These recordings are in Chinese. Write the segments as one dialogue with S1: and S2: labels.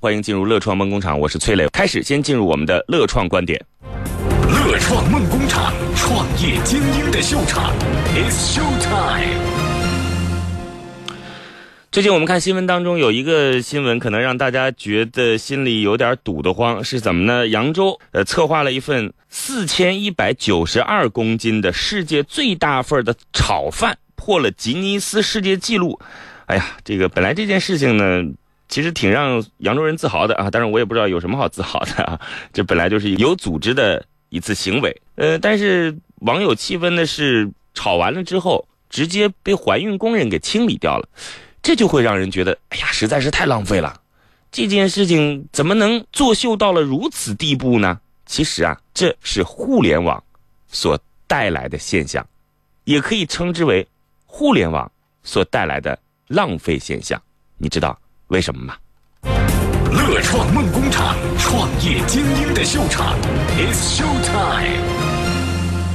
S1: 欢迎进入乐创梦工厂，我是崔磊。开始，先进入我们的乐创观点。
S2: 乐创梦工厂，创业精英的秀场，It's Show Time。
S1: 最近我们看新闻当中有一个新闻，可能让大家觉得心里有点堵得慌，是怎么呢？扬州呃策划了一份四千一百九十二公斤的世界最大份的炒饭，破了吉尼斯世界纪录。哎呀，这个本来这件事情呢。其实挺让扬州人自豪的啊，但是我也不知道有什么好自豪的啊，这本来就是有组织的一次行为。呃，但是网友气愤的是，炒完了之后直接被怀孕工人给清理掉了。这就会让人觉得，哎呀，实在是太浪费了。这件事情怎么能作秀到了如此地步呢？其实啊，这是互联网所带来的现象，也可以称之为互联网所带来的浪费现象。你知道为什么吗？
S2: 乐创梦工厂，创业精英的秀场，It's Show Time。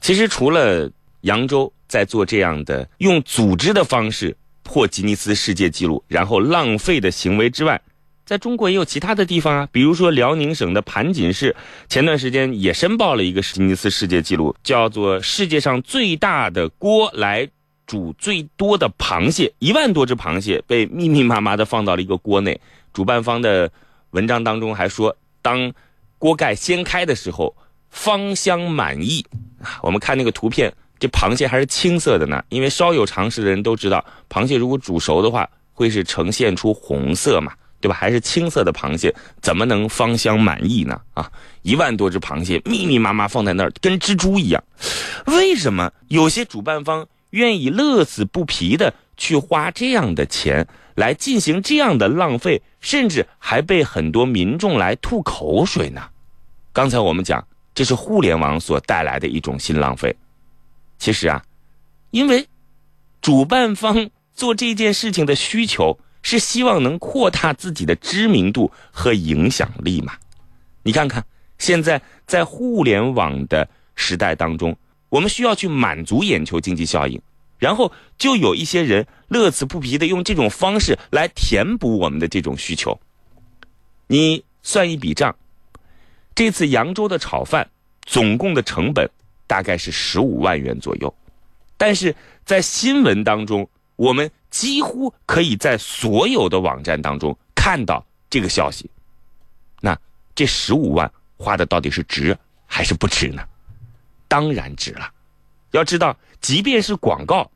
S1: 其实除了扬州在做这样的用组织的方式破吉尼斯世界纪录，然后浪费的行为之外，在中国也有其他的地方啊，比如说辽宁省的盘锦市，前段时间也申报了一个吉尼斯世界纪录，叫做世界上最大的锅来煮最多的螃蟹，一万多只螃蟹被密密麻麻的放到了一个锅内。主办方的文章当中还说，当锅盖掀开的时候，芳香满溢。啊我们看那个图片，这螃蟹还是青色的呢，因为稍有常识的人都知道，螃蟹如果煮熟的话，会是呈现出红色嘛，对吧？还是青色的螃蟹，怎么能芳香满溢呢？啊，一万多只螃蟹密密麻麻放在那儿，跟蜘蛛一样。为什么有些主办方愿意乐此不疲的去花这样的钱来进行这样的浪费，甚至还被很多民众来吐口水呢？刚才我们讲，这是互联网所带来的一种新浪费。其实啊，因为主办方做这件事情的需求是希望能扩大自己的知名度和影响力嘛。你看看，现在在互联网的时代当中，我们需要去满足眼球经济效应，然后就有一些人乐此不疲的用这种方式来填补我们的这种需求。你算一笔账，这次扬州的炒饭总共的成本大概是十五万元左右，但是在新闻当中，我们几乎可以在所有的网站当中看到这个消息。那这十五万花的到底是值还是不值呢？当然值了。要知道，即便是广告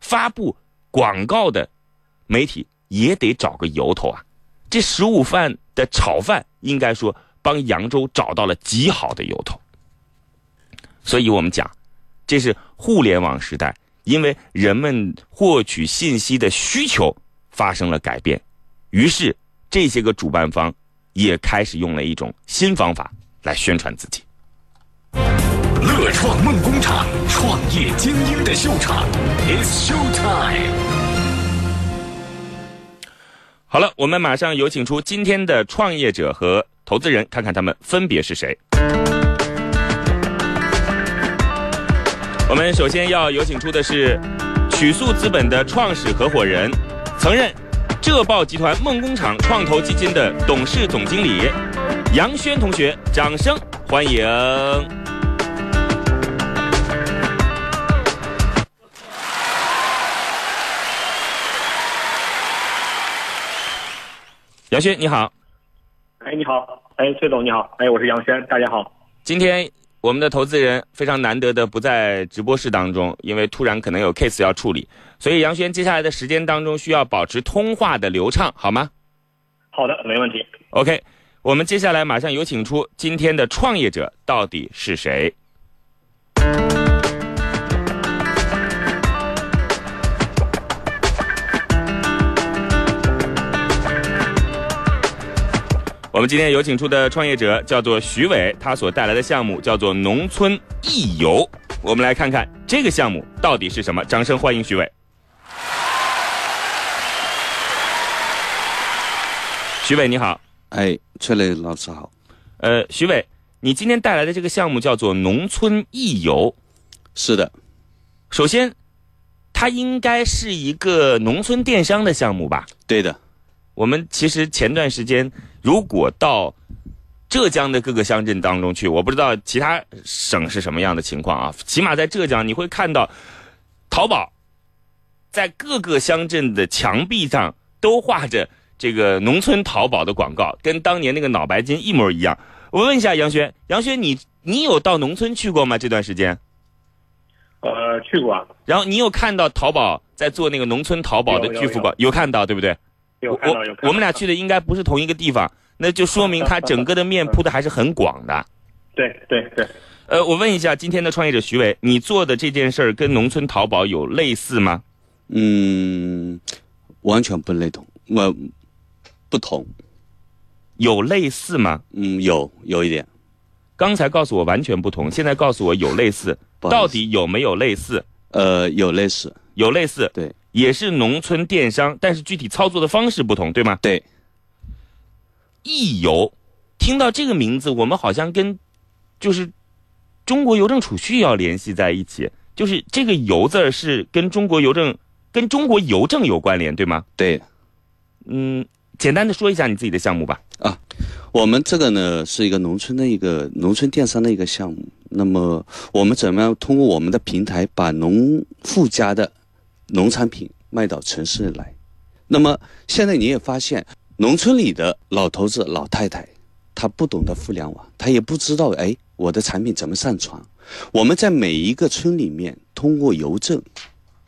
S1: 发布广告的媒体，也得找个由头啊。这十五饭的炒饭，应该说帮扬州找到了极好的由头。所以我们讲，这是互联网时代，因为人们获取信息的需求发生了改变，于是这些个主办方也开始用了一种新方法来宣传自己。
S2: 乐创梦工厂，创业精英的秀场，It's Show Time。
S1: 好了，我们马上有请出今天的创业者和投资人，看看他们分别是谁。我们首先要有请出的是曲速资本的创始合伙人，曾任浙报集团梦工厂创投基金的董事总经理杨轩同学，掌声欢迎。杨轩，你好。
S3: 哎，你好，哎，崔总你好，哎，我是杨轩，大家好。
S1: 今天我们的投资人非常难得的不在直播室当中，因为突然可能有 case 要处理，所以杨轩接下来的时间当中需要保持通话的流畅，好吗
S3: 好的，没问题。
S1: ？OK，我们接下来马上有请出今天的创业者到底是谁？我们今天有请出的创业者叫做徐伟，他所带来的项目叫做农村益游。我们来看看这个项目到底是什么，掌声欢迎徐伟。徐伟你好，
S4: 哎，崔磊老师好，
S1: 呃，徐伟，你今天带来的这个项目叫做农村益游。
S4: 是的，
S1: 首先，它应该是一个农村电商的项目吧？
S4: 对的，
S1: 我们其实前段时间如果到浙江的各个乡镇当中去，我不知道其他省是什么样的情况啊，起码在浙江你会看到淘宝在各个乡镇的墙壁上都画着这个农村淘宝的广告，跟当年那个脑白金一模一样。我问一下杨轩，杨轩你你有到农村去过吗？这段时间？
S3: 呃，去过，
S1: 然后你有看到淘宝在做那个农村淘宝的
S3: 有有
S1: 巨幅广，有看到对不对？
S3: 有看到有看
S1: 我
S3: 到。
S1: 我们俩去的应该不是同一个地方，那就说明它整个的面铺的还是很广的。
S3: 对对对，
S1: 呃，我问一下，今天的创业者徐伟，你做的这件事儿跟农村淘宝有类似吗？
S4: 嗯，完全不类同，我不同，
S1: 有类似吗？
S4: 嗯，有有一点，
S1: 刚才告诉我完全不同，现在告诉我有类似，
S4: 不好意思
S1: 到底有没有类似？
S4: 呃，有类似，
S1: 有类似，
S4: 对
S1: 也是农村电商，但是具体操作的方式不同，对吗？
S4: 对，
S1: 易邮，听到这个名字，我们好像跟就是中国邮政储蓄要联系在一起，就是这个“邮”字儿是跟中国邮政跟中国邮政有关联，对吗？
S4: 对，
S1: 嗯，简单的说一下你自己的项目吧。
S4: 我们这个呢是一个农村的一个农村电商的一个项目。那么我们怎么样通过我们的平台把农户家的农产品卖到城市来？那么现在你也发现，农村里的老头子、老太太，他不懂得互联网，他也不知道哎我的产品怎么上传。我们在每一个村里面通过邮政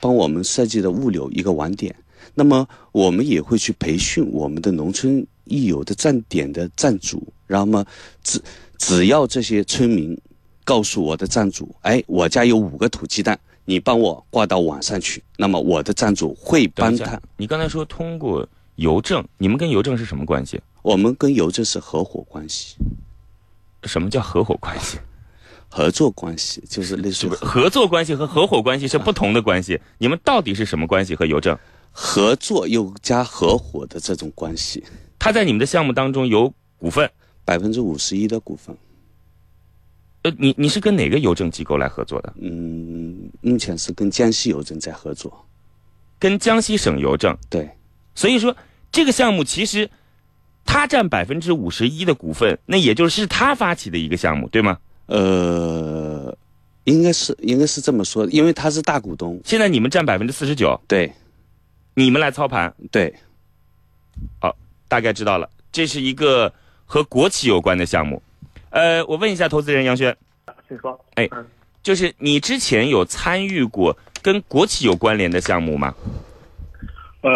S4: 帮我们设计的物流一个网点，那么我们也会去培训我们的农村已有的站点的站主，然后嘛，只只要这些村民告诉我的站主，哎，我家有五个土鸡蛋，你帮我挂到网上去，那么我的站主会
S1: 等
S4: 帮
S1: 一
S4: 他
S1: 下。，你刚才说通过邮政，你们跟邮政是什么关系？
S4: 我们跟邮政是合伙关系、
S1: 什么叫合伙关系？
S4: 合作关系， 就是类似于合
S1: 合作关系和合伙关系是不同的关 系，你们到底是什么关系和邮政？
S4: 合作又加合伙的这种关系，
S1: 它在你们的项目当中有股份，
S4: 百分之五十一的股份。
S1: 呃，你你是跟哪个邮政机构来合作的？
S4: 嗯，目前是跟江西邮政在合作。
S1: 跟江西省邮政。
S4: 对，
S1: 所以说这个项目其实他占百分之五十一的股份，那也就是他发起的一个项目，对吗？
S4: 呃，应该是应该是这么说，因为他是大股东。
S1: 现在你们占百分之四十九，
S4: 对
S1: 你们来操盘，
S4: 对，
S1: 大概知道了，这是一个和国企有关的项目。呃，我问一下投资人杨轩，
S3: 请说。
S1: 就是你之前有参与过跟国企有关联的项目吗？
S3: 呃，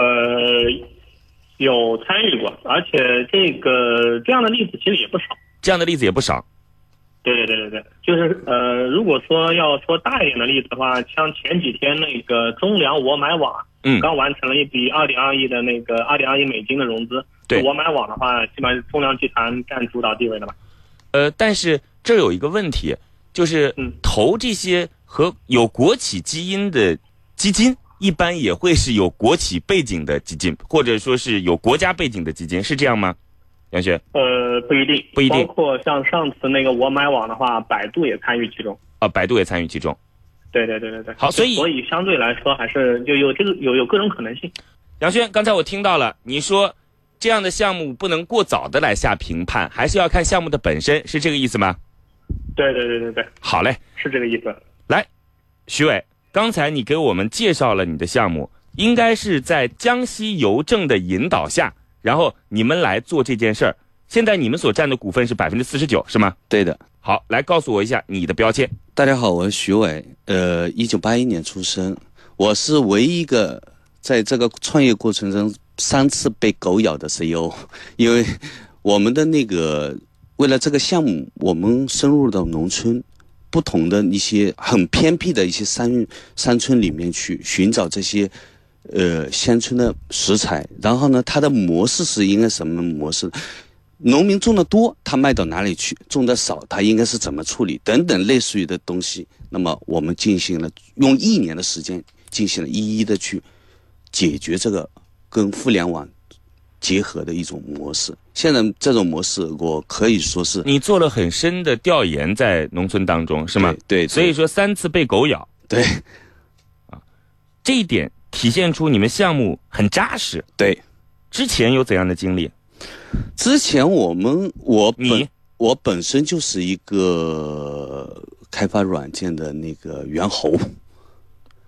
S3: 有参与过，而且这个这样的例子其实也不少。
S1: 这样的例子也不少。
S3: 对对对对对，就是呃，如果说要说大一点的例子的话，像前几天那个中粮我买网，
S1: 嗯
S3: 刚完成了一笔二点二亿的那个二点二亿美金的融资。
S1: 对
S3: 我买网的话，基本上是中粮集团占主导地位的嘛。
S1: 呃，但是这儿有一个问题，就是
S3: 嗯
S1: 投这些和有国企基因的基金，一般也会是有国企背景的基金，或者说是有国家背景的基金，是这样吗？杨学，
S3: 呃，不一定，
S1: 不一定
S3: 包括像上次那个我买网的话，百度也参与其中。
S1: 啊，百度也参与其中。
S3: 对对对对对。
S1: 好所以
S3: 所以相对来说还是就有这个有有各种可能性。
S1: 杨轩，刚才我听到了你说，这样的项目不能过早的来下评判，还是要看项目的本身，是这个意思吗？
S3: 对对对对对，
S1: 好嘞，
S3: 是这个意思。
S1: 徐伟，刚才你给我们介绍了你的项目，应该是在江西邮政的引导下，然后你们来做这件事儿。现在你们所占的股份是百分之四十九，是吗？
S4: 对的。
S1: 好，来告诉我一下你的标签。
S4: 大家好，我是徐伟，呃，一九八一年出生，我是唯一一个在这个创业过程中三次被狗咬的 CEO，因为我们的那个为了这个项目，我们深入到农村。不同的一些很偏僻的一些山山村里面去寻找这些，呃，乡村的食材。然后呢，它的模式是应该什么模式？农民种的多，他卖到哪里去？种的少，他应该是怎么处理？等等类似于的东西。那么我们进行了用一年的时间，进行了一一的去解决这个跟互联网结合的一种模式。现在这种模式，我可以说是
S1: 你做了很深的调研，在农村当中是吗？
S4: 对，对
S1: 所以说三次被狗咬，
S4: 对
S1: 这一点体现出你们项目很扎实，
S4: 对
S1: 之前有怎样的经历？
S4: 之前我们我
S1: 你
S4: 本我本身就是一个开发软件的那个猿猴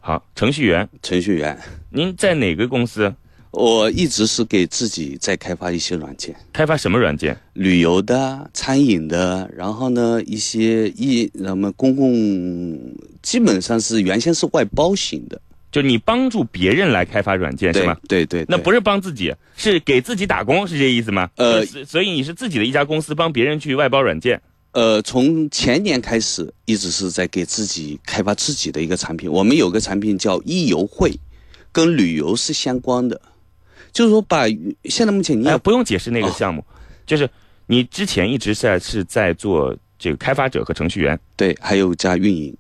S1: 好，程序员，
S4: 程序员，
S1: 您在哪个公司
S4: 我一直是给自己在开发一些软件。
S1: 开发什么软件？
S4: 旅游的、餐饮的，然后呢，一些一咱们公共基本上是原先是外包型的，
S1: 就你帮助别人来开发软件是
S4: 对
S1: 吗？
S4: 对对，
S1: 那不
S4: 是
S1: 是帮自己，是给自己打工，是这意思吗？
S4: 呃
S1: 就是所以你是自己的一家公司帮别人去外包软件。
S4: 呃，从前年开始一直是在给自己开发自己的一个产品。我们有个产品叫易游会，跟旅游是相关的，就是说把现在目前你
S1: 哎，
S4: 要
S1: 不用解释那个
S4: 哦
S1: 项目，就是你之前一直在是在做这个开发者和程序员，
S4: 对，还有加运营。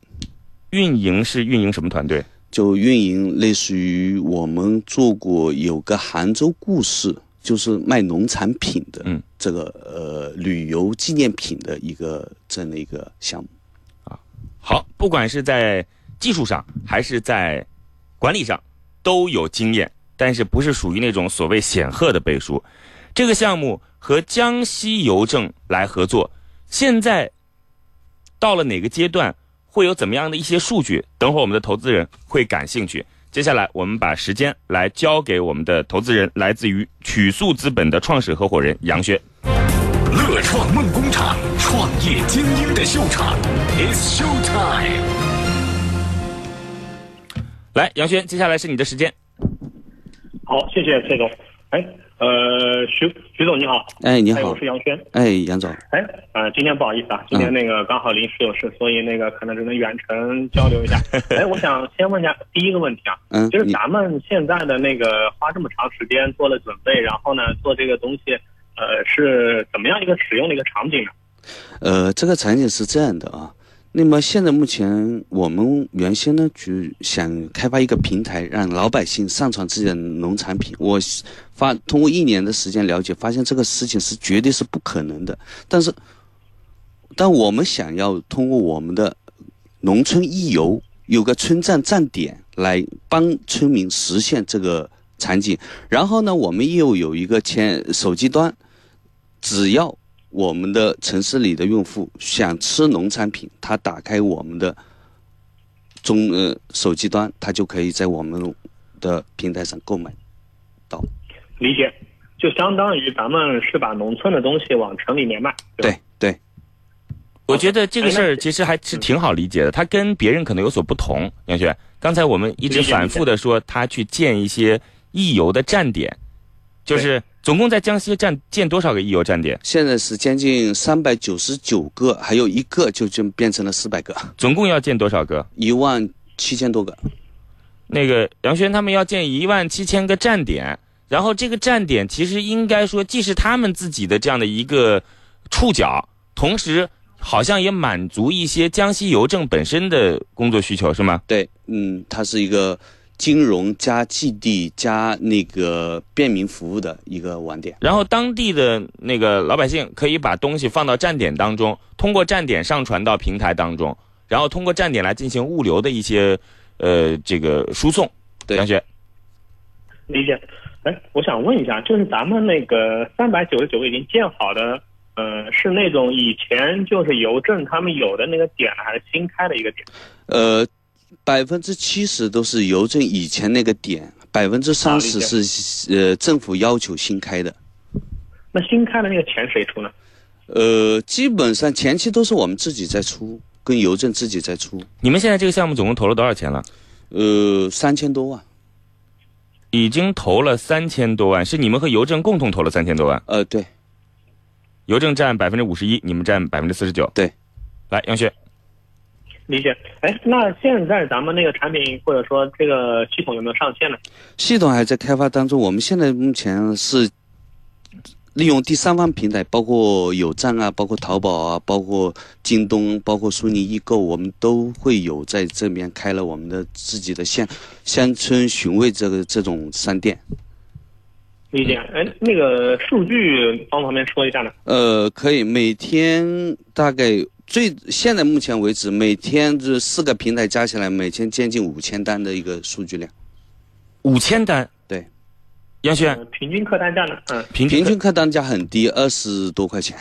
S1: 运营是运营什么团队？
S4: 就运营，类似于我们做过有个杭州故事，就是卖农产品的，
S1: 嗯，
S4: 这个呃旅游纪念品的一个这样的一个项目。
S1: 好，不管是在技术上还是在管理上都有经验，但是不是属于那种所谓显赫的背书。这个项目和江西邮政来合作，现在到了哪个阶段，会有怎么样的一些数据？等会儿我们的投资人会感兴趣。接下来我们把时间来交给我们的投资人，来自于曲速资本的创始合伙人杨轩。
S2: 乐创梦工厂，创业精英的秀场，It's show time。
S1: 来，杨轩，接下来是你的时间。
S3: 好，谢谢谢总。哎，呃，徐徐总你好，
S4: 哎，你
S3: 哎，
S4: 好
S3: 我，是杨轩。
S4: 哎，杨总，
S3: 哎，呃，今天不好意思啊，
S4: 嗯
S3: 今天那个刚好临时有事，所以那个可能只能远程交流一 下。哎，我想先问一下第一个问题啊，
S4: 嗯
S3: 就是
S4: 你
S3: 咱们现在的那个花这么长时间做了准备，然后呢做这个东西，呃，是怎么样一个使用的一个场景呢？
S4: 呃，这个产品是这样的啊。那么现在目前我们原先呢，就想开发一个平台，让老百姓上传自己的农产品。我发通过一年的时间了解，发现这个事情是绝对是不可能的。但是，但我们想要通过我们的农村义游，有个村站站点来帮村民实现这个场景。然后呢，我们又有一个签手机端，只要我们的城市里的用户想吃农产品，他打开我们的中呃手机端，他就可以在我们的平台上购买到。
S3: 理解，就相当于咱们是把农村的东西往城里面卖，吧
S4: 对对，
S1: 我觉得这个事
S3: 哎
S1: 儿
S3: 那
S1: 其实还是挺好理解的，它跟别人可能有所不同。杨雪，刚才我们一直
S3: 理解
S1: 反复的说，他去建一些义游的站点，就是总共在江西站建多少个义游站点？
S4: 现在是将近三百九十九个，还有一个就就变成了四百个，
S1: 总共要建多少个？
S4: 一万七千多个。
S1: 那个杨轩他们要建一万七千个站点，然后这个站点其实应该说既是他们自己的这样的一个触角，同时好像也满足一些江西邮政本身的工作需求，是吗？
S4: 对，嗯，它是一个金融加寄递加那个便民服务的一个网点。
S1: 然后当地的那个老百姓可以把东西放到站点当中，通过站点上传到平台当中，然后通过站点来进行物流的一些呃这个输送。
S4: 对
S1: 杨雪，
S3: 理解。哎，我想问一下，就是咱们那个三百九十九个已经建好的，呃，是那种以前就是邮政他们有的那个点，还是新开的一个点？
S4: 呃，百分之七十都是邮政以前那个点，百分之
S3: 啊
S4: 三
S3: 理解
S4: 十是呃政府要求新开的。
S3: 那新开的那个钱谁出呢？
S4: 呃，基本上前期都是我们自己在出，跟邮政自己在出。
S1: 你们现在这个项目总共投了多少钱了？
S4: 呃，三千多万。
S1: 已经投了三千多万，是你们和邮政共同投了三千多万，
S4: 呃，对，
S1: 邮政占百分之五十一，你们占百分之四十九。
S4: 对，
S1: 来杨雪，
S3: 理解。哎，那现在咱们那个产品或者说这个系统有没有上线呢？
S4: 系统还在开发当中，我们现在目前是利用第三方平台，包括有赞啊，包括淘宝啊，包括京东，包括苏宁易购，我们都会有在这边开了我们的自己的乡乡村寻味这个这种商店。
S3: 理解。哎，那个数据方不方便说一下呢？
S4: 呃，可以每天大概最现在目前为止，每天这四个平台加起来，每天将近五千单的一个数据量。
S1: 五千单。
S4: 对，
S1: 杨轩
S3: 嗯，平均客单价呢？嗯，
S1: 呃平
S4: 平
S1: 均
S4: 均客单价很低，二十多块钱。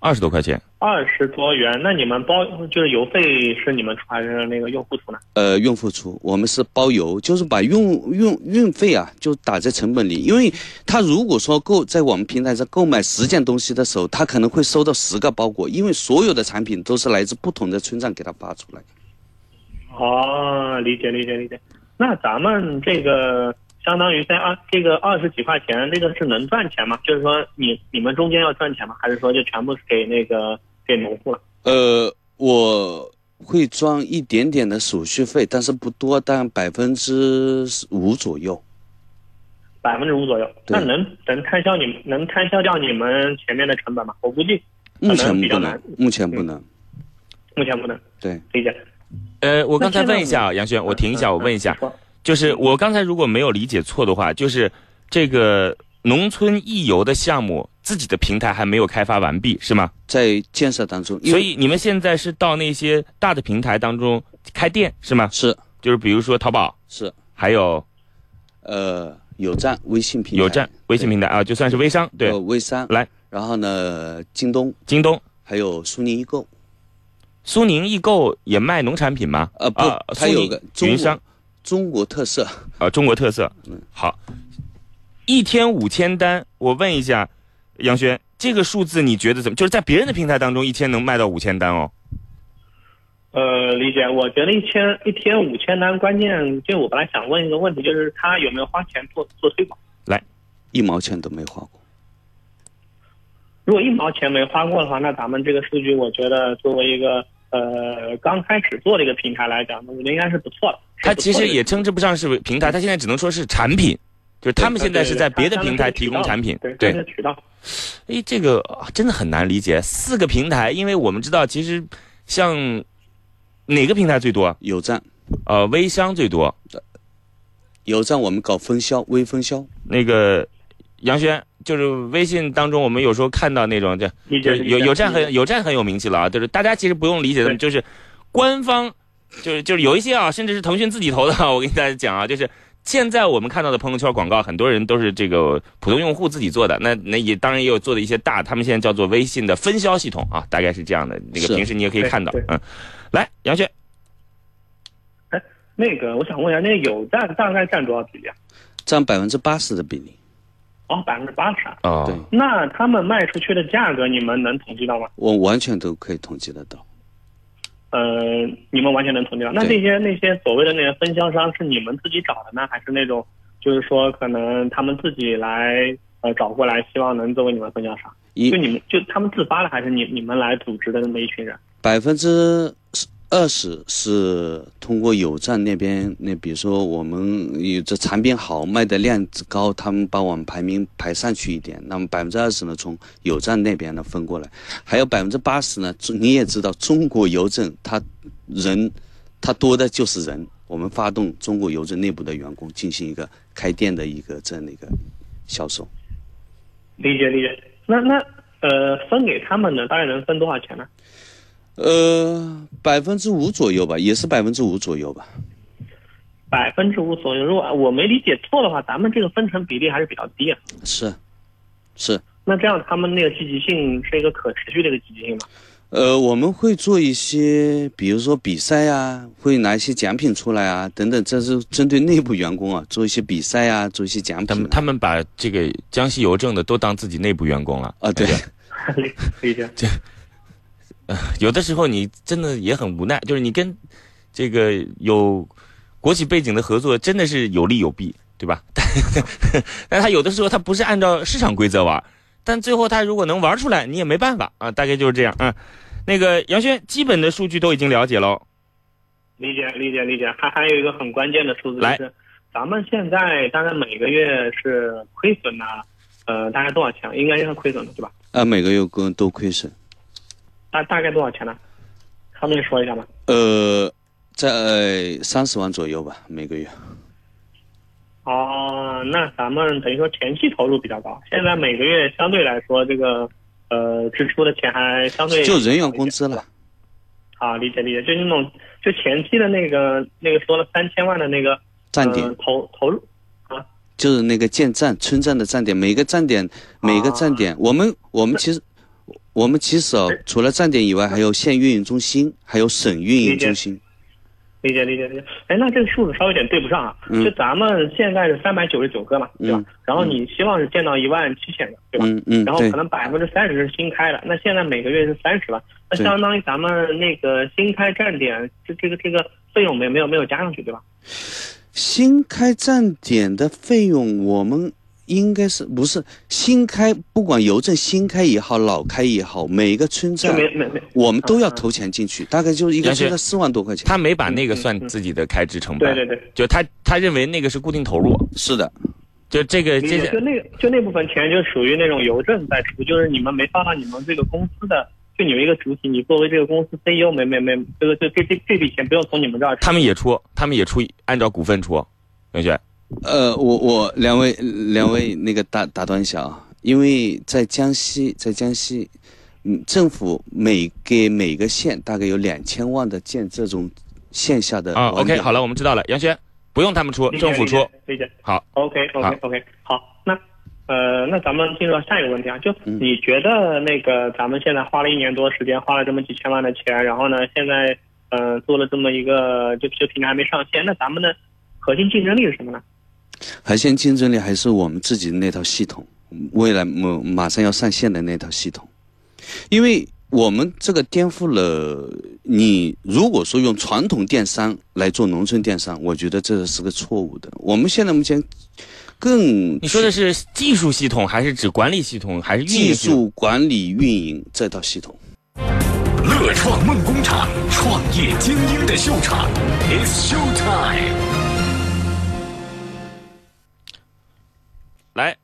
S1: 二十多块钱，
S3: 二十多元。那你们包就是邮费是你们出还是那个用户出呢？
S4: 呃，用户出，我们是包邮，就是把运运运费啊，就打在成本里。因为他如果说购在我们平台上购买十件东西的时候，他可能会收到十个包裹，因为所有的产品都是来自不同的村站给他发出来。
S3: 哦，理解理解理解。那咱们这个相当于在二这个二十几块钱，这个是能赚钱吗？就是说你你们中间要赚钱吗？还是说就全部是给那个给农户了？
S4: 呃，我会赚一点点的手续费，但是不多，但百分之五左右。
S3: 百分之五左右，
S4: 对
S3: 那能能摊销你们能摊销掉你们前面的成本吗？我估计
S4: 目
S3: 可
S4: 前
S3: 能比
S4: 不
S3: 较
S4: 能
S3: 难，嗯
S4: 目前不能。
S3: 目前不能
S4: 对，
S3: 理解。
S1: 呃，我
S3: 我
S1: 刚才问一下啊，杨轩，我停一下，我问一
S3: 嗯
S1: 下，
S4: 嗯
S1: 就是我刚才如果没有理解错的话，就是这个农村易游的项目，自己的平台还没有开发完毕，是吗？
S4: 在建设当中，因为
S1: 所以你们现在是到那些大的平台当中开店是吗？
S4: 是
S1: 就是比如说淘宝，
S4: 是
S1: 还有
S4: 呃，有站微信平台
S1: 有站、微信平台啊，就算是微商，对
S4: 有，呃微商
S1: 来，
S4: 然后呢，京东
S1: 京东、
S4: 还有苏宁易购，
S1: 苏宁易购也卖农产品吗？
S4: 呃不
S1: 啊
S4: 它有个
S1: 苏
S4: 中
S1: 宁云
S4: 国
S1: 商
S4: 中国特色。
S1: 啊，中国特色。
S3: 嗯
S1: 好，一天五千单，我问一下杨轩，这个数字你觉得怎么？就是在别人的平台当中，一天能卖到五千单哦。
S3: 呃，理解。我觉得一千一天五千单，关键就我本来想问一个问题，就是他有没有花钱做做推广？
S4: 一毛钱都没花过，
S3: 如果一毛钱没花过的话，那咱们这个数据，我觉得作为一个呃刚开始做的一个平台来讲，我觉得应该是不错的。
S1: 它
S3: 是不
S1: 其
S3: 错
S1: 实
S3: 的
S1: 也称之不上是平
S3: 嗯
S1: 台，它现在只能说是产品，就是他们现在是在别的平台提供产品
S3: 对。
S1: 对
S3: 它，是渠道。
S1: 哎，这个啊真的很难理解。四个平台，因为我们知道，其实像哪个平台最多？啊
S4: 有站
S1: 呃，微商最多。
S4: 有站我们搞分销，微分销，
S1: 那个杨轩，就是微信当中，我们有时候看到那种这
S3: 理
S1: 就
S3: 解
S1: 是有有站很
S3: 很
S1: 有站很有名气了啊，就是大家其实不用理解他们，就是官方，就是就是有一些啊，甚至是腾讯自己投的啊，我跟大家讲啊，就是现在我们看到的朋友圈广告，很多人都是这个普通用户自己做的，那那也当然也有做的一些大，他们现在叫做微信的分销系统啊，大概是这样的，那个
S4: 是
S1: 平时你也可以
S3: 对
S1: 看到
S3: 对，
S1: 嗯，来杨轩，
S3: 那个，我想问一下，那有站大概占多少比例啊？
S4: 占百分之八十的比例。
S3: 哦，百分之八十啊。
S1: 哦
S4: 对
S3: 那他们卖出去的价格，你们能统计到吗？
S4: 我完全都可以统计得到。
S3: 呃，你们完全能统计到。那
S4: 对
S3: 这些那些所谓的那些分销商是你们自己找的呢，还是那种就是说可能他们自己来呃找过来，希望能作为你们分销商？
S4: 一
S3: 就你们就他们自发的，还是你你们来组织的那么一群人？
S4: 百分之二十是通过有站那边，那比如说我们有这产品好，卖的量高，他们帮我们排名排上去一点。那么百分之二十呢，从有站那边呢分过来，还有百分之八十呢，中你也知道，中国邮政它人它多的就是人，我们发动中国邮政内部的员工进行一个开店的一个这样的一个销售。
S3: 理解理解。那那呃，分给他们的大概能分多少钱呢？
S4: 呃，百分之五左右吧，也是百分之五左右吧。
S3: 百分之五左右。如果我没理解错的话，咱们这个分成比例还是比较低啊。
S4: 是，是，
S3: 那这样他们那个积极性是一个可持续的一个积极性吗？
S4: 呃，我们会做一些，比如说比赛啊，会拿一些奖品出来啊，等等，这是针对内部员工啊，做一些比赛啊，做一些奖
S1: 他
S4: 品
S1: 们
S4: 啊、
S1: 他们把这个江西邮政的都当自己内部员工了，
S4: 啊，对，
S3: 理理解。
S1: 有的时候你真的也很无奈，就是你跟这个有国企背景的合作，真的是有利有弊，对吧？ 但但他有的时候他不是按照市场规则玩，但最后他如果能玩出来，你也没办法啊，大概就是这样啊。那个杨轩，基本的数据都已经了解喽。
S3: 理解理解理解，还还有一个很关键的数字就
S1: 来
S3: 是，咱们现在大概每个月是亏损呐、呃，大概多少钱？应该是亏损的对吧？
S4: 啊，每个月工都亏损。
S3: 大大概多少钱呢？方便说一下吗？
S4: 呃，在呃三十万左右吧，每个月。
S3: 哦，那咱们等于说前期投入比较高，现在每个月相对来说这个呃支出的钱还相对
S4: 就人员工资了。
S3: 啊，理解理解，就是那种就前期的那个那个说了三千万的那个呃
S4: 站点
S3: 呃、投投入
S4: 就是那个建站村站的站点，每个站
S3: 啊
S4: 点每个站点，我们我们其实我们其实哦，除了站点以外，还有县运营中心，还有省运营中心。
S3: 理解理解理解。哎，那这个数字稍微有点对不上啊。
S4: 嗯
S3: 就咱们现在是三百九十九个嘛，对吧？
S4: 嗯
S3: 然后你希望是建到一万七千个，对吧？
S4: 嗯嗯，
S3: 然后
S4: 对
S3: 可，能百分之三十是新开的，那现在每个月是三十万，那
S4: 对
S3: 相当于咱们那个新开站点这这个这个费用没有没有没有加上去，对吧？
S4: 新开站点的费用，我们应该是不是新开？不管邮政新开也好，老开也好，每个村
S3: 就
S4: 站
S3: 没没没。
S4: 我们都要投钱进去，大概就是一个
S1: 杨学
S4: 村站四万多块钱。
S1: 他没把那个算自己的开支成
S3: 对
S1: 本，
S3: 对对，
S1: 就他他认为那个是固定投入，
S4: 是的，
S1: 就这个
S3: 理
S1: 这
S3: 解就
S1: 个
S3: 那个就那部分钱就属于那种邮政在出，就是你们没发到你们这个公司的，就你们一个主体，你作为这个公司 CEO 没没没，这个这这这这笔钱不用从你们这儿出。
S1: 他们也出，他们也出，按照股份出，同学，
S4: 呃，我我两位两位那个打打断一下啊，因为在江西，在江西，嗯，政府每给每个县大概有两千万的建这种线下的
S1: 啊
S4: 网
S1: ，OK，
S4: 点
S1: 好了，我们知道了，杨轩不用他们出，
S3: 理解
S1: 政府出，，
S3: 理解。
S1: 好
S3: ，OK OK OK，好，那呃，那咱们进入到下一个问题啊，就你觉得那个咱们现在花了一年多时间，花了这么几千万的钱，然后呢，现在呃做了这么一个就就平台还没上线，那咱们的核心竞争力是什么呢？
S4: 海鲜竞争力还是我们自己的那套系统，未来马马上要上线的那套系统，因为我们这个颠覆了你如果说用传统电商来做农村电商，我觉得这是个错误的。我们现在目前更
S1: 你说的是技术系统还是指管理系统还是运营
S4: 技
S1: 系统？
S4: 术管理运营这套系统。
S2: 乐创梦工厂，创业精英的秀场，It's show time。
S1: 来，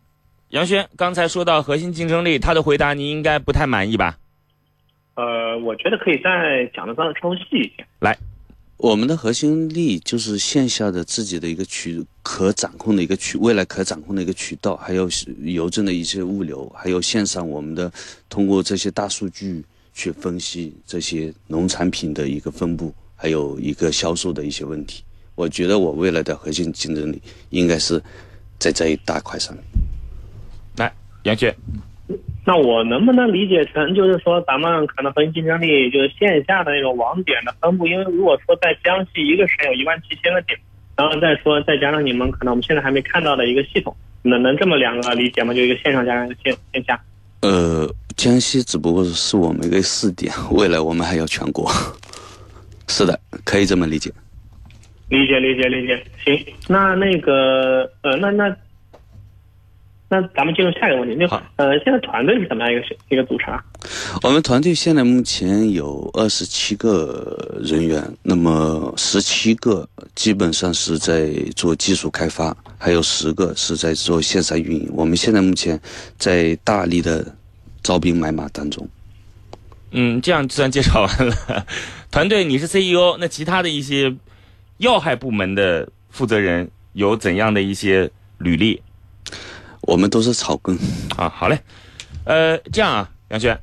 S1: 杨轩刚才说到核心竞争力，他的回答您应该不太满意吧？
S3: 呃，我觉得可以再讲的稍稍微细一些。
S4: 我们的核心力就是线下的自己的一个渠可掌控的一个渠，未来可掌控的一个渠道，还有是邮政的一些物流，还有线上我们的通过这些大数据去分析这些农产品的一个分布，还有一个销售的一些问题。我觉得我未来的核心竞争力应该是在这一大块上面。
S1: 来，杨轩，
S3: 那我能不能理解成，就是说咱们可能核心竞争力就是线下的那种网点的分布？因为如果说在江西一个省有一万七千个点，然后再说再加上你们可能我们现在还没看到的一个系统，能能这么两个理解吗？就一个线上加上一个线线下。
S4: 呃，江西只不过是我们一个试点，未来我们还要全国。 是的，可以这么理解。
S3: 理解理解理解，行，那那个呃，那那那咱们进入下一个问题，就
S1: 好
S3: 呃，现在团队是怎么样一个一个组成啊？
S4: 我们团队现在目前有二十七个人员，那么十七个基本上是在做技术开发，还有十个是在做线上运营。我们现在目前在大力的招兵买马当中。
S1: 嗯，这样算介绍完了。 团队，你是 CEO，那其他的一些要害部门的负责人有怎样的一些履历
S4: 我们都是草根，
S1: 啊？好嘞，呃，这样啊，杨轩，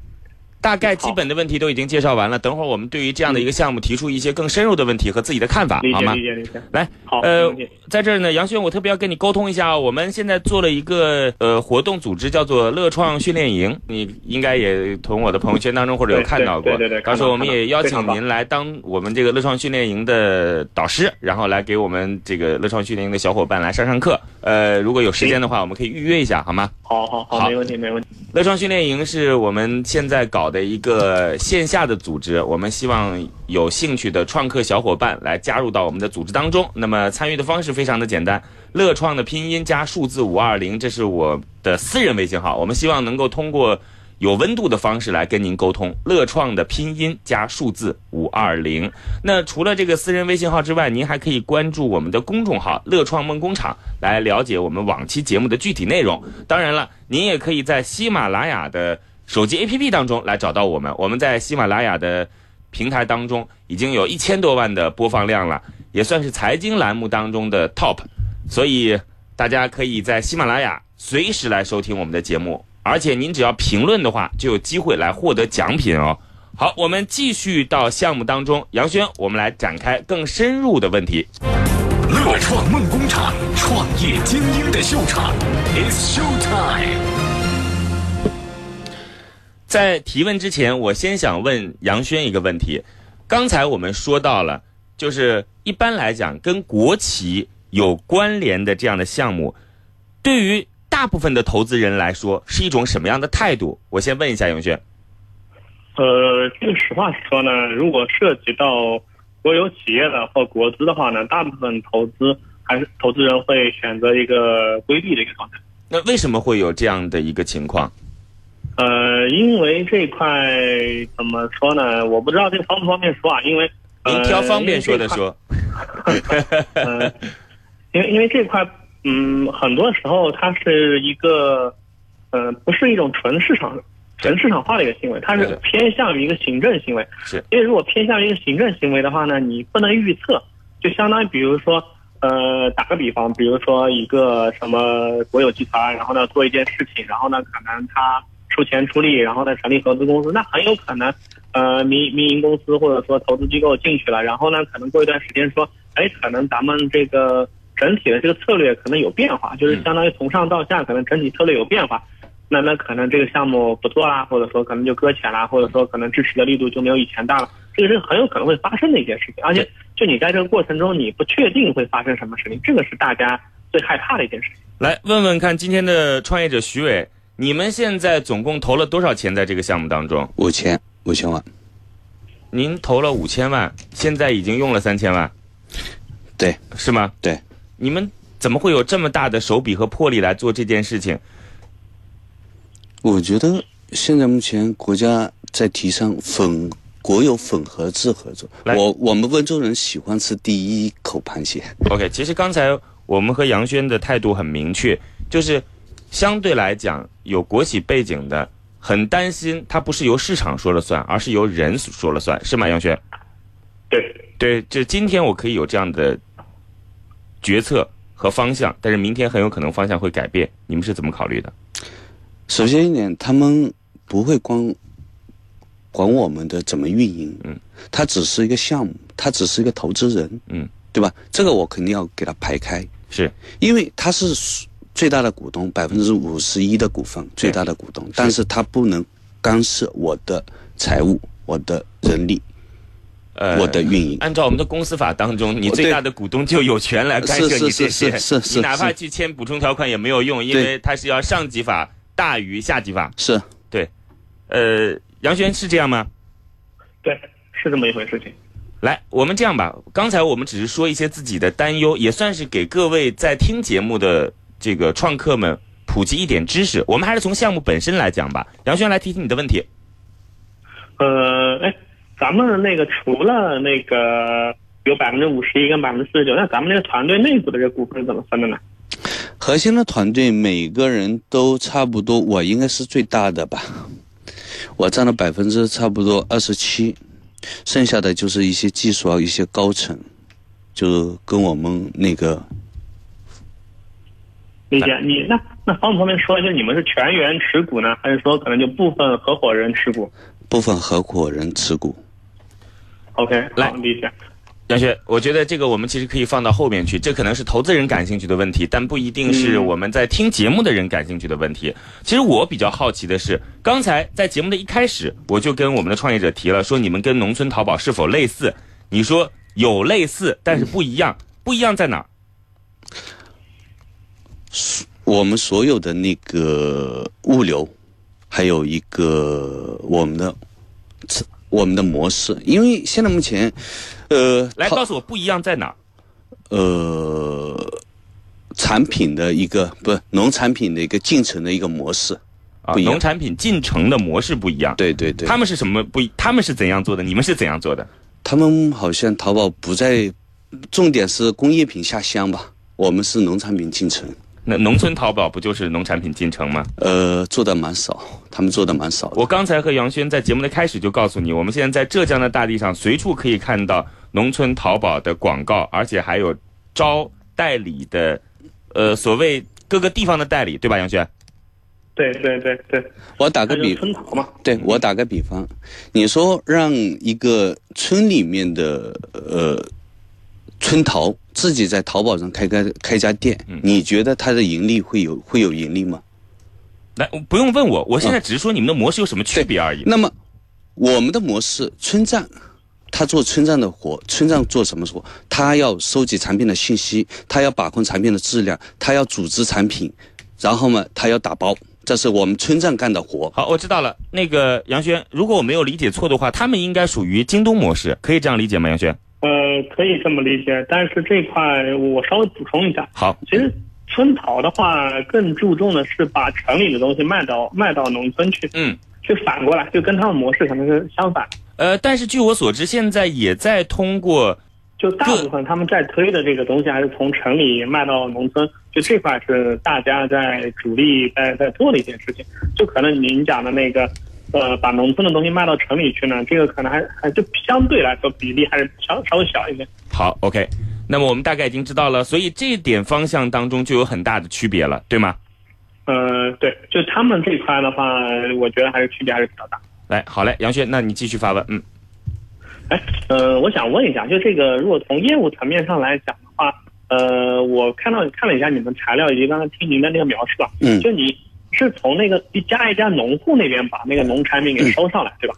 S1: 大概基本的问题都已经介绍完了，等会儿我们对于这样的一个项目提出一些更深入的问题和自己的看法
S3: 理，
S1: 好
S3: 解
S1: 吗
S3: 理？解理解，
S1: 来，
S3: 好，没
S1: 呃
S3: 问题，
S1: 在这儿呢，杨轩，我特别要跟你沟通一下啊，我们现在做了一个呃活动组织，叫做乐创训练营，你应该也从我的朋友圈当中或者有
S3: 对
S1: 看到过。
S3: 对对对对
S1: 到时候我们
S3: 看到
S1: 也邀
S3: 非常
S1: 请
S3: 棒
S1: 您来当我们这个乐创训练营的导师，然后来给我们这个乐创训练营的小伙伴来上上课。呃，如果有时间的话，我们可以预约一下，好吗？
S3: 好好
S1: 好
S3: 好，没问题没问题。
S1: 乐创训练营是我们现在搞的一个线下的组织，我们希望有兴趣的创客小伙伴来加入到我们的组织当中。那么参与的方式非常的简单，乐创的拼音加数字五二零，这是我的私人微信号。我们希望能够通过有温度的方式来跟您沟通。乐创的拼音加数字五二零。那除了这个私人微信号之外，您还可以关注我们的公众号“乐创梦工厂”来了解我们往期节目的具体内容。当然了，您也可以在喜马拉雅的手机 APP 当中来找到我们。我们在喜马拉雅的平台当中已经有一千多万的播放量了，也算是财经栏目当中的 top。所以大家可以在喜马拉雅随时来收听我们的节目，而且您只要评论的话，就有机会来获得奖品哦。好，我们继续到项目当中，杨轩，我们来展开更深入的问题。
S2: 乐创梦工厂，创业精英的秀场，It's show time。
S1: 在提问之前，我先想问杨轩一个问题。刚才我们说到了，就是一般来讲跟国企有关联的这样的项目，对于大部分的投资人来说是一种什么样的态度？我先问一下杨轩。
S3: 呃，这个实话实说呢，如果涉及到国有企业的或国资的话呢，大部分投资还是投资人会选择一个规避的一个状态。
S1: 那为什么会有这样的一个情况？
S3: 呃，因为这块怎么说呢？我不知道这方不方便说啊，因为
S1: 您挑方便说的。说。
S3: 呃因为这块呃因为因为这块，嗯，很多时候它是一个，呃，不是一种纯市场纯市场化的一个行为，它
S1: 对
S3: 是
S1: 的
S3: 偏向于一个行政行为。
S1: 是
S3: 因为如果偏向于一个行政行为的话呢，你不能预测，就相当于比如说，呃，打个比方，比如说一个什么国有集团，然后呢做一件事情，然后呢可能他出钱出力，然后呢成立合资公司，那很有可能，呃，民民营公司或者说投资机构进去了，然后呢可能过一段时间说，哎，可能咱们这个整体的这个策略可能有变化，就是相当于从上到下可能整体策略有变化。那那可能这个项目不做啦，或者说可能就搁浅啦，或者说可能支持的力度就没有以前大了，这个是很有可能会发生的一件事情。而且就你在这个过程中，你不确定会发生什么事情，这个是大家最害怕的一件事情。
S1: 来问问看，今天的创业者徐伟，你们现在总共投了多少钱在这个项目当中？
S4: 五千五千万，
S1: 您投了五千万，现在已经用了三千万，
S4: 对
S1: 是吗？
S4: 对，
S1: 你们怎么会有这么大的手笔和魄力来做这件事情？
S4: 我觉得现在目前国家在提倡混国有混合制合作，
S1: 来
S4: 我我们温州人喜欢吃第一口螃蟹，
S1: OK，其实刚才我们和杨轩的态度很明确，就是相对来讲，有国企背景的很担心，它不是由市场说了算，而是由人说了算，是吗？杨轩，
S3: 对，
S1: 对，这今天我可以有这样的决策和方向，但是明天很有可能方向会改变，你们是怎么考虑的？
S4: 首先一点，他们不会光管我们的怎么运营，
S1: 嗯，
S4: 他只是一个项目，他只是一个投资人，
S1: 嗯，
S4: 对吧？这个我肯定要给他排开，
S1: 是
S4: 因为他是最大的股东，百分之五十一的股份，最大的股东，但是他不能干涉我的财务、我的人力、
S1: 呃
S4: 我的运营。
S1: 按照我们的公司法当中，你最大的股东就有权来干涉你这
S4: 哦是是
S1: 些
S4: 是是，是
S1: 你哪怕去签补充条款也没有用，因
S4: 对
S1: 为它是要上级法大于下级法。
S4: 是
S1: 呃，杨轩是这样吗？
S3: 对，是这么一回事情。
S1: 来，我们这样吧，刚才我们只是说一些自己的担忧，也算是给各位在听节目的这个创客们普及一点知识。我们还是从项目本身来讲吧。杨轩来提提你的问题。
S3: 呃，哎，咱们那个除了那个有百分之五十一跟百分之四十九，那咱们这个团队内部的这股份是怎么分的呢？
S4: 核心的团队，每个人都差不多，我应该是最大的吧，我占了百分之差不多二十七，剩下的就是一些技术啊，一些高层，就跟我们那个
S3: 理解你那那方不方便说一下，你们是全员持股呢，还是说可能就部分合伙人持股
S4: 部分合伙人持股。
S3: ？OK，
S1: 来
S3: 好，理解。
S1: 杨轩，我觉得这个我们其实可以放到后面去，这可能是投资人感兴趣的问题，但不一定是
S4: 嗯
S1: 我们在听节目的人感兴趣的问题。其实我比较好奇的是，刚才在节目的一开始，我就跟我们的创业者提了，说你们跟农村淘宝是否类似？你说有类似，但是不一样，
S4: 嗯
S1: 不一样在哪儿？
S4: 我们所有的那个物流，还有一个我们的我们的模式，因为现在目前，呃，
S1: 来
S4: 它
S1: 告诉我不一样在哪儿？
S4: 呃产品的一个不农产品的一个进程的一个模式，
S1: 啊，
S4: 不一样
S1: 农产品进城的模式不一样。，
S4: 对对对，
S1: 他们是什么不一？他们是怎样做的？你们是怎样做的？
S4: 他们好像淘宝不在，重点是工业品下乡吧，我们是农产品进城，
S1: 那农村淘宝不就是农产品进城吗？
S4: 呃，做的蛮少，他们做的蛮少的，
S1: 我刚才和杨轩在节目的开始就告诉你，我们现在在浙江的大地上，随处可以看到农村淘宝的广告，而且还有招代理的，呃，所谓各个地方的代理，对吧，杨轩？
S3: 对对对对，
S4: 我打
S3: 那
S4: 个
S3: 就是
S4: 比
S3: 分
S4: 方。
S3: 逃嘛。
S4: 对我打个比方，你说让一个村里面的呃春淘自己在淘宝上开个开家店，你觉得它的盈利会有会有盈利吗？
S1: 来，不用问我，我现在只是说你们的模式有什么区别而已。
S4: 那么我们的模式，村站，他做村站的活，村站做什么活？他要收集产品的信息，他要把控产品的质量，他要组织产品，然后嘛，他要打包，这是我们村站干的活。
S1: 好，我知道了。那个杨轩，如果我没有理解错的话，他们应该属于京东模式，可以这样理解吗？杨轩，
S3: 呃，可以这么理解，但是这块我稍微补充一下，
S1: 好，
S3: 其实春淘的话更注重的是把城里的东西卖到卖到农村去，
S1: 嗯，
S3: 去反过来，就跟他们模式可能是相反。
S1: 呃，但是据我所知，现在也在通过
S3: 就大
S1: 对
S3: 部分他们在推的这个东西，还是从城里卖到农村，就这块是大家在主力在在做的一件事情。就可能您讲的那个，呃，把农村的东西卖到城里去呢，这个可能还还就相对来说比例还是稍稍微小一点。
S1: 好，OK。那么我们大概已经知道了，所以这点方向当中就有很大的区别了，对吗？
S3: 呃，对，就他们这块的话，我觉得还是区别还是比较大。
S1: 来，好嘞，杨轩，那你继续发问。嗯，
S3: 哎，呃，我想问一下，就这个，如果从业务层面上来讲的话，呃，我看到看了一下你们材料以及刚才听您的那个描述啊，
S4: 嗯
S3: 就你是从那个一家一家农户那边把那个农产品给
S1: 嗯
S3: 收上来，对吧？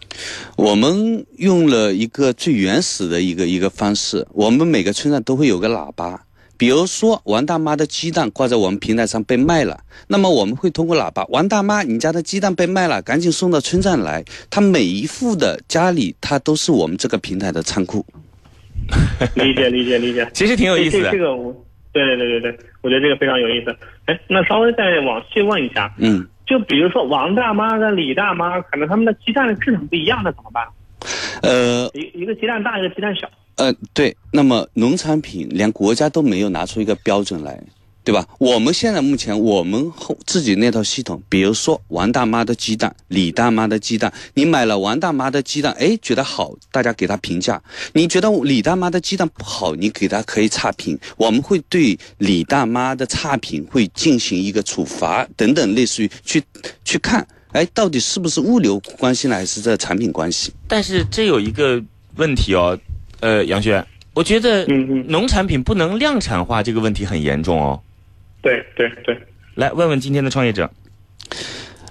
S4: 我们用了一个最原始的一个一个方式，我们每个村上都会有个喇叭。比如说王大妈的鸡蛋挂在我们平台上被卖了，那么我们会通过喇叭，王大妈，你家的鸡蛋被卖了，赶紧送到村上来。他每一户的家里，它都是我们这个平台的仓库。
S3: 理解，理解，理解。
S1: 其实挺 有意思
S3: 这
S1: 的
S3: 这。个我，对对对对对，我觉得这个非常有意思。哎，那稍微再往细问一下，
S4: 嗯，
S3: 就比如说王大妈跟李大妈，可能他们的鸡蛋的质量不一样，那怎么办？
S4: 呃
S3: 一一个鸡蛋大，一个鸡蛋小。
S4: 呃，对，那么农产品连国家都没有拿出一个标准来，对吧？我们现在目前我们后自己那套系统，比如说王大妈的鸡蛋、李大妈的鸡蛋，你买了王大妈的鸡蛋，哎，觉得好，大家给她评价；你觉得李大妈的鸡蛋不好，你给她可以差评。我们会对李大妈的差评会进行一个处罚等等，类似于去去看，哎，到底是不是物流关系呢，还是这产品关系？
S1: 但是这有一个问题哦，呃，杨轩，我觉得
S3: 嗯嗯
S1: 农产品不能量产化这个问题很严重哦。
S3: 对对对，
S1: 来问问今天的创业者，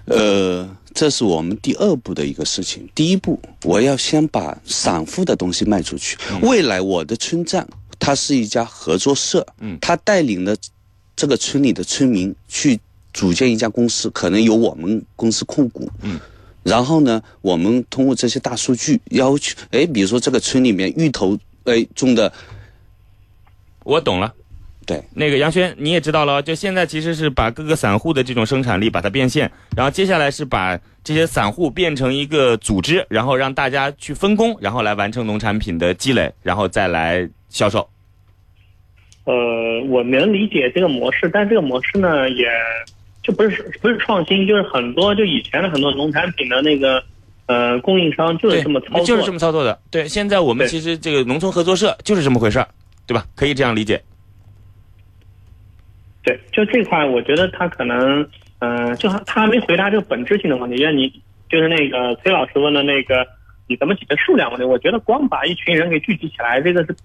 S4: 呃，这是我们第二步的一个事情。第一步，我要先把散户的东西卖出去。未来我的村站，它是一家合作社，嗯，它带领了这个村里的村民去组建一家公司，可能由我们公司控股，嗯。然后呢，我们通过这些大数据要求，哎，比如说这个村里面芋头，哎种的，
S1: 我懂了。
S4: 对，
S1: 那个杨轩，你也知道了，就现在其实是把各个散户的这种生产力把它变现，然后接下来是把这些散户变成一个组织，然后让大家去分工，然后来完成农产品的积累，然后再来销售。
S3: 呃，我能理解这个模式，但这个模式呢，也就不是不是创新，就是很多就以前的很多农产品的那个呃供应商就是这么操作，
S1: 就是这么操作的。对，现在我们
S3: 对
S1: 其实这个农村合作社就是这么回事儿，对吧？可以这样理解。
S3: 对，就这块，我觉得他可能，嗯、就他他还没回答这个本质性的问题，像你就是那个崔老师问的那个，你怎么解决数量问题？我觉得光把一群人给聚集起来，这个是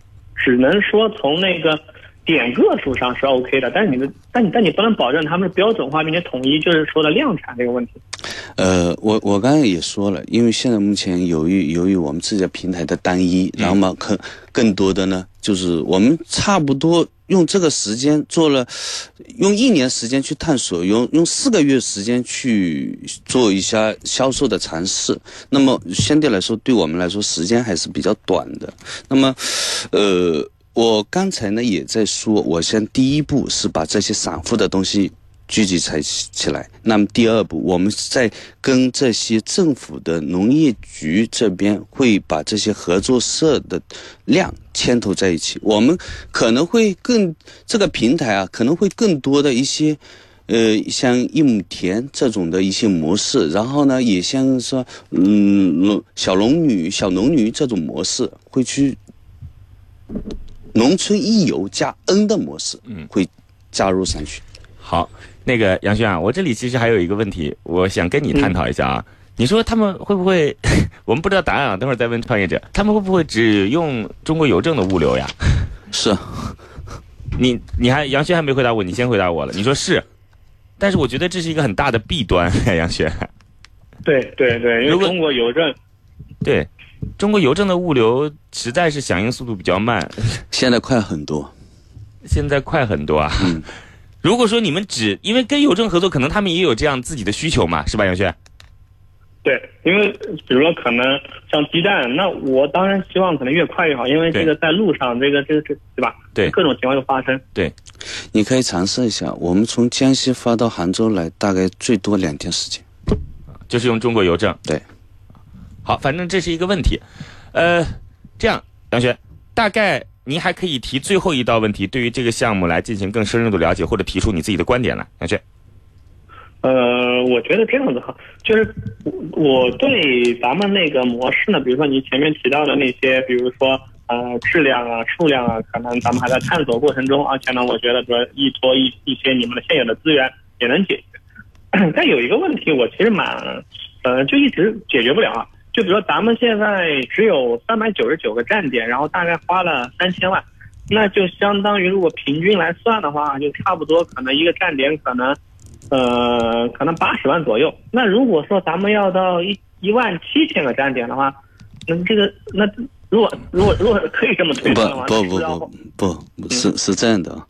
S3: 只能说从那个点个数上是 OK 的，但是你的，但你但你不能保证他们是标准化并且统一，就是说的量产这个问题。
S4: 呃，我我刚才也说了，因为现在目前由于由于我们自己的平台的单一，然后嘛，更更多的呢，就是我们差不多用这个时间做了，用一年时间去探索，用用四个月时间去做一下销售的尝试。那么相对来说，对我们来说时间还是比较短的。那么，呃，我刚才呢也在说，我先第一步是把这些散户的东西聚集才起起来。那么第二步，我们在跟这些政府的农业局这边会把这些合作社的量牵头在一起。我们可能会更这个平台啊，可能会更多的一些。呃，像一亩田这种的一些模式，然后呢，也像说，嗯，农小农女、小农女这种模式，会去农村一游加 N 的模式，嗯，会加入上去。
S1: 好，那个杨轩啊，我这里其实还有一个问题，我想跟你探讨一下啊。你说他们会不会？ 我们不知道答案啊，等会儿再问创业者，他们会不会只用中国邮政的物流呀？
S4: 是
S1: 你你还杨轩还没回答我，你先回答我了。你说是，但是我觉得这是一个很大的弊端， 杨轩。
S3: 对对对，因
S1: 如
S3: 为
S1: 果
S3: 中国邮政
S1: 对，中国邮政的物流实在是响应速度比较慢，
S4: 现在快很多，
S1: 现在快很多啊。如果说你们只因为跟邮政合作，可能他们也有这样自己的需求嘛，是吧，杨轩？
S3: 对，因为比如说可能像鸡蛋，那我当然希望可能越快越好，因为这个在路上，这个这个这对吧？
S1: 对
S3: 各种情况就发生。
S4: 你可以尝试一下。我们从江西发到杭州来，大概最多两天时间。
S1: 就是用中国邮政。
S4: 对，
S1: 好，反正这是一个问题。呃，这样，杨轩，大概您还可以提最后一道问题，对于这个项目来进行更深入的了解，或者提出你自己的观点来，杨轩。
S3: 呃，我觉得这样子哈，就是我我对咱们那个模式呢，比如说您前面提到的那些，比如说呃质量啊、数量啊，可能咱们还在探索过程中，而且呢，我觉得说依托一一些你们的现有的资源也能解决。 但有一个问题，我其实蛮呃就一直解决不了啊。就比如说咱们现在只有三百九十九个站点，然后大概花了三千万，那就相当于如果平均来算的话，就差不多可能一个站点可能。呃，可能八十万左右。那如果说咱们要到一一万七千个站点的话，那这个那如果如果如果可以这么推
S4: 不
S3: 算的话，
S4: 不
S3: 那是要
S4: 不不不，是是这样的啊，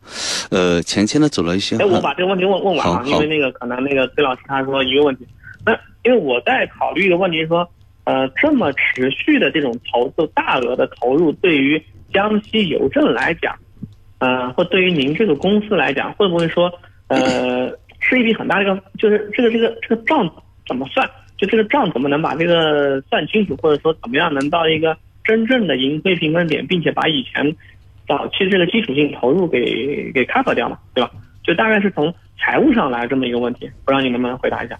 S4: 呃，前期呢走了一些
S3: 哎，我
S4: 很
S3: 把这个问题问问完
S4: 好
S3: 啊
S4: 好，
S3: 因为那个可能那个崔老师他说一个问题，那因为我在考虑一个问题是说，呃，这么持续的这种投资大额的投入，对于江西邮政来讲，呃，或对于您这个公司来讲，会不会说，呃，是一笔很大的一个，就是这个这个这个账怎么算？就这个账怎么能把这个算清楚，或者说怎么样能到一个真正的盈亏平衡点，并且把以前早期啊这个基础性投入给给 cover 掉嘛，对吧？就大概是从财务上来这么一个问题，不知道你能不能回答一下？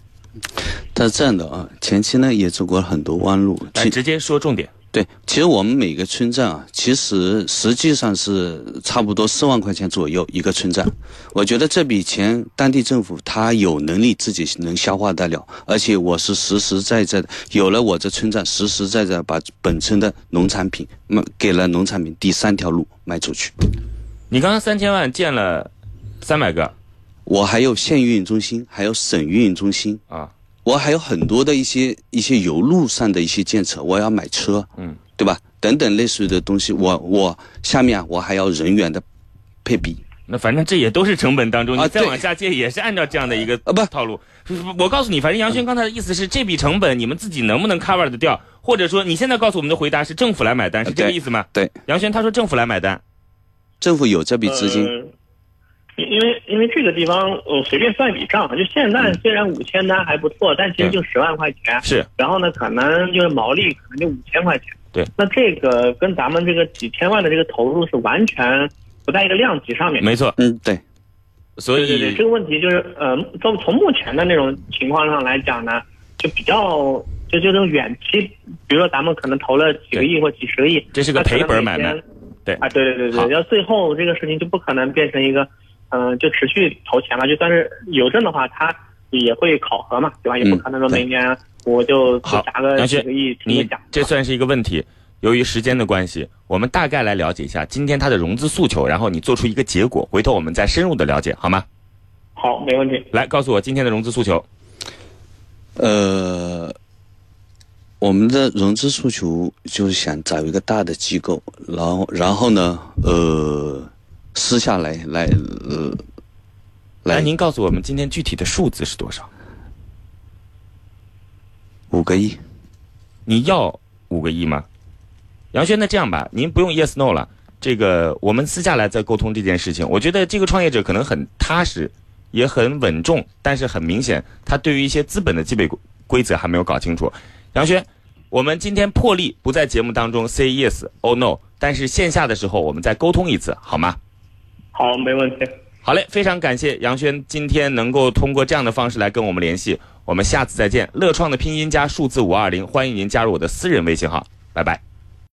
S4: 它是这样的啊，前期呢也走过很多弯路，
S1: 来，
S4: 其
S1: 直接说重点。
S4: 对，其实我们每个村站啊，其实实际上是差不多四万块钱左右一个村站。我觉得这笔钱当地政府他有能力自己能消化得了，而且我是实实在在的，有了我这村站，实实在在地把本村的农产品卖给了农产品第三条路卖出去。
S1: 你刚刚三千万建了三百个
S4: 我还有县运营中心，还有省运营中心，
S1: 啊，
S4: 我还有很多的一些一些油路上的一些建设，我要买车，
S1: 嗯，
S4: 对吧？等等类似的东西，我我下面啊我还要人员的配比
S1: 那反正这也都是成本当中，
S4: 啊
S1: 你再
S4: 对
S1: 往下借也是按照这样的一个
S4: 啊不
S1: 套路。我告诉你，反正杨轩刚才的意思是，这笔成本你们自己能不能 cover 得掉，或者说你现在告诉我们的回答是政府来买单，是这个
S4: 对
S1: 意思吗？
S4: 对，
S1: 杨轩他说政府来买单，
S4: 政府有这笔资金，
S3: 呃因因为因为这个地方，我随便算一笔账，就现
S4: 嗯
S3: 在虽然五千单还不错，但其实就十万块钱，
S1: 是
S3: 然后呢，可能就是毛利可能就五千块钱。
S1: 对，
S3: 那这个跟咱们这个几千万的这个投入是完全不在一个量级上面。
S1: 没错。
S4: 嗯，对，
S1: 所以
S3: 对对对，这个问题就是呃，从从目前的那种情况上来讲呢，就比较就就这种远期，比如说咱们可能投了几个亿或几十个亿，
S1: 这是个
S3: 那可能
S1: 赔本
S3: 每
S1: 买卖
S3: 天。
S1: 对
S3: 啊，对对对
S1: 好
S3: 对，要最后这个事情就不可能变成一个，嗯、就持续投钱了。就算是邮政的话，它也会考核嘛，对吧？也不可能说
S4: 对
S3: 每年我就就
S1: 嗯好
S3: 砸个
S1: 杨
S3: 几
S1: 旭
S3: 个亿直接
S1: 你
S3: 讲。
S1: 这算是一个问题。由于时间的关系，我们大概来了解一下今天他的融资诉求，然后你做出一个结果，回头我们再深入的了解，好吗？
S3: 好，没问题。
S1: 来，告诉我今天的融资诉求。
S4: 呃，我们的融资诉求就是想找一个大的机构，然后然后呢，呃，私下来来呃
S1: 来，
S4: 来
S1: 哎您告诉我们今天具体的数字是多少？
S4: 五个亿，
S1: 你要五个亿吗？杨轩，那这样吧，您不用 yes no 了，这个我们私下来再沟通这件事情。我觉得这个创业者可能很踏实，也很稳重，但是很明显，他对于一些资本的基本规规则还没有搞清楚。杨轩，我们今天破例不在节目当中 say yes or no，但是线下的时候我们再沟通一次，好吗？
S3: 好，没问题。
S1: 好嘞，非常感谢杨轩今天能够通过这样的方式来跟我们联系，我们下次再见。乐创的拼音加数字五二零，欢迎您加入我的私人微信号，拜拜。